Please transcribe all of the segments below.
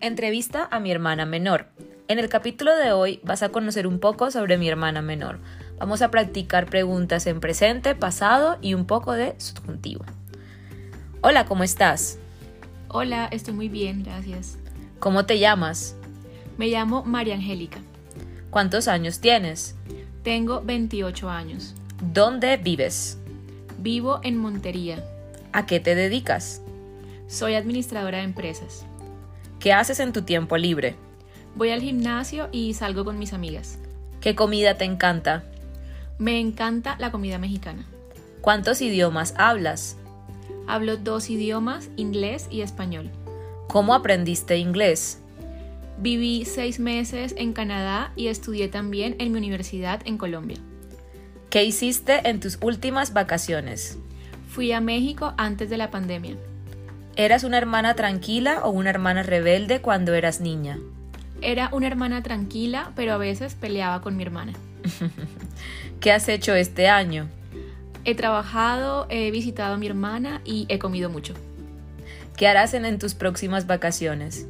Entrevista a mi hermana menor. En el capítulo de hoy vas a conocer un poco sobre mi hermana menor. Vamos a practicar preguntas en presente, pasado y un poco de subjuntivo. Hola, ¿cómo estás? Hola, estoy muy bien, gracias. ¿Cómo te llamas? Me llamo María Angélica. ¿Cuántos años tienes? Tengo 28 años. ¿Dónde vives? Vivo en Montería. ¿A qué te dedicas? Soy administradora de empresas. ¿Qué haces en tu tiempo libre? Voy al gimnasio y salgo con mis amigas. ¿Qué comida te encanta? Me encanta la comida mexicana. ¿Cuántos idiomas hablas? Hablo dos idiomas, inglés y español. ¿Cómo aprendiste inglés? Viví seis meses en Canadá y estudié también en mi universidad en Colombia. ¿Qué hiciste en tus últimas vacaciones? Fui a México antes de la pandemia. ¿Eras una hermana tranquila o una hermana rebelde cuando eras niña? Era una hermana tranquila, pero a veces peleaba con mi hermana. ¿Qué has hecho este año? He trabajado, he visitado a mi hermana y he comido mucho. ¿Qué harás en, en tus próximas vacaciones?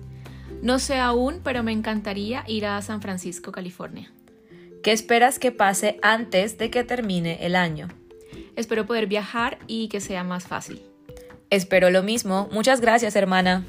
No sé aún, pero me encantaría ir a San Francisco, California. ¿Qué esperas que pase antes de que termine el año? Espero poder viajar y que sea más fácil. Espero lo mismo. Muchas gracias, hermana.